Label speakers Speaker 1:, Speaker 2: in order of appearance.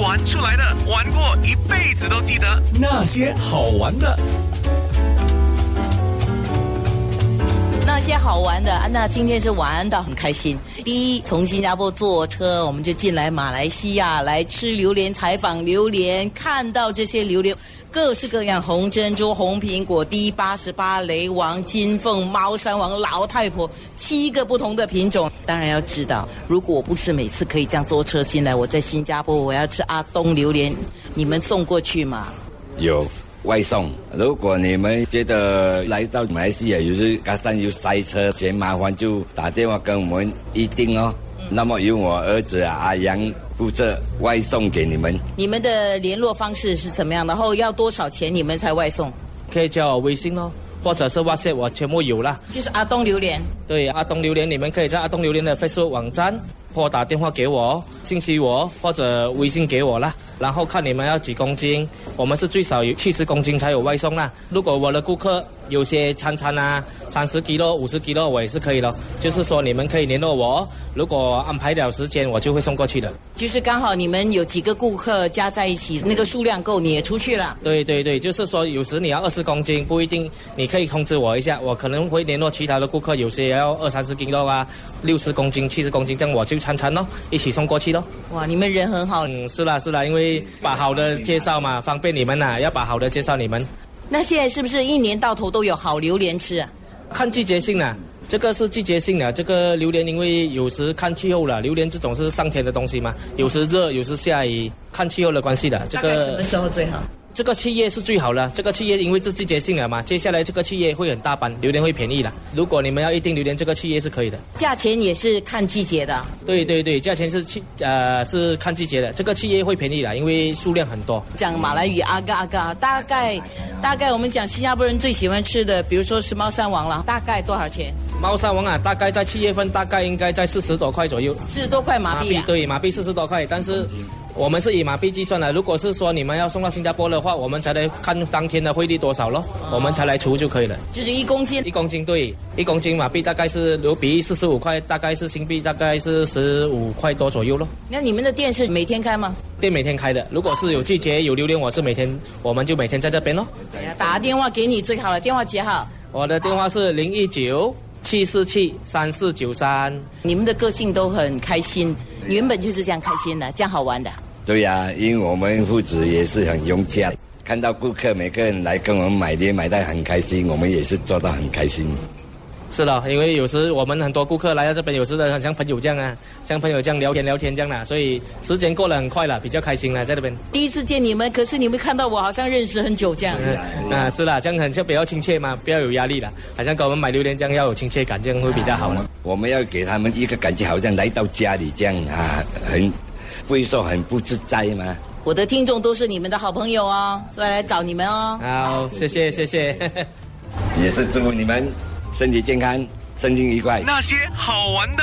Speaker 1: 玩出来的，玩过一辈子都记得。
Speaker 2: 那些好玩的，
Speaker 3: 那些好玩的，啊那今天是玩到很开心。第一，从新加坡坐车，我们就进来马来西亚来吃榴莲，采访榴莲，看到这些榴莲。各式各样，红珍珠、红苹果、D 八十八、雷王、金凤、猫山王、老太婆，七个不同的品种。当然要知道，如果我不是每次可以这样坐车进来，我在新加坡我要吃阿东榴莲，你们送过去吗？
Speaker 4: 有外送。如果你们觉得来到马来西亚有时加上又塞车嫌麻烦，就打电话跟我们预定哦。那么由我儿子啊阿阳负责外送给你们。
Speaker 3: 你们的联络方式是怎么样？然后要多少钱你们才外送？
Speaker 5: 可以加我微信咯，或者是 WhatsApp，我全部有啦。
Speaker 3: 就是阿东榴莲，
Speaker 5: 对，阿东榴莲，你们可以在阿东榴莲的 Facebook 网站或打电话给我，信息我或者微信给我啦。然后看你们要几公斤，我们是最少有七十公斤才有外送啦。如果我的顾客有些餐餐啊，三十几咯、五十几咯，我也是可以咯。就是说你们可以联络我，如果安排了时间，我就会送过去的。
Speaker 3: 就是刚好你们有几个顾客加在一起，那个数量够，你也出去了。
Speaker 5: 对对对，就是说有时你要二十公斤不一定，你可以通知我一下，我可能会联络其他的顾客，有些要二三十斤肉啊，六十公斤、七十公斤，这样我就餐餐咯，一起送过去咯。
Speaker 3: 哇，你们人很好。
Speaker 5: 嗯，是啦是啦，因为把好的介绍嘛，方便你们呐、要把好的介绍你们，
Speaker 3: 那现在是不是一年到头都有好榴莲吃啊？
Speaker 5: 看季节性啦、啊这个是季节性的，这个榴莲因为有时看气候了，榴莲这种是上天的东西嘛，有时热，有时下雨，看气候的关系的。这
Speaker 3: 大概什
Speaker 5: 个
Speaker 3: 么时候最好？
Speaker 5: 这个企业是最好了，这个企业因为是季节性了嘛，接下来这个企业会很大班，榴莲会便宜了。如果你们要一定榴莲，这个企业是可以的。
Speaker 3: 价钱也是看季节的啊。
Speaker 5: 对对对，价钱是季呃是看季节的，这个企业会便宜了，因为数量很多。
Speaker 3: 讲马来语啊阿嘎阿嘎，大概大概我们讲新加坡人最喜欢吃的，比如说是猫山王啦，大概多少钱？
Speaker 5: 猫山王啊，大概在七月份，大概应该在四十多块左右。
Speaker 3: 四十多块马币啊。
Speaker 5: 对，马币四十多块，但是我们是以马币计算的。如果是说你们要送到新加坡的话，我们才来看当天的汇率多少咯，我们才来除就可以了。
Speaker 3: 就是一公斤
Speaker 5: 一公斤对，一公斤马币大概是卢比四十五块，大概是新币大概是十五块多左右咯。
Speaker 3: 那你们的店是每天开吗？
Speaker 5: 店每天开的，如果是有季节有榴莲，我是每天我们就每天在这边咯。
Speaker 3: 打电话给你最好了，电话接好。
Speaker 5: 我的电话是零一九七四七三四九三。
Speaker 3: 你们的个性都很开心，原本就是这样开心的，这样好玩的。
Speaker 4: 对呀、因为我们父子也是很融洽，看到顾客每个人来跟我们买的买到很开心，我们也是做到很开心。
Speaker 5: 是的，因为有时我们很多顾客来到这边，有时很像朋友这样啊，像朋友这样聊天聊天这样啦、所以时间过得很快了，比较开心了，在这边。
Speaker 3: 第一次见你们，可是你们看到我好像认识很久这样。
Speaker 5: 嗯，啊，是啦，这样很像比较亲切嘛，不要有压力了，好像跟我们买榴莲这样要有亲切感，这样会比较好了。
Speaker 4: 我们要给他们一个感觉，好像来到家里这样啊，很不会说很不自在吗？
Speaker 3: 我的听众都是你们的好朋友哦，所以来找你们哦。
Speaker 5: 好，谢谢谢谢。
Speaker 4: 也是祝福你们身体健康，身心愉快。
Speaker 1: 那些好玩的。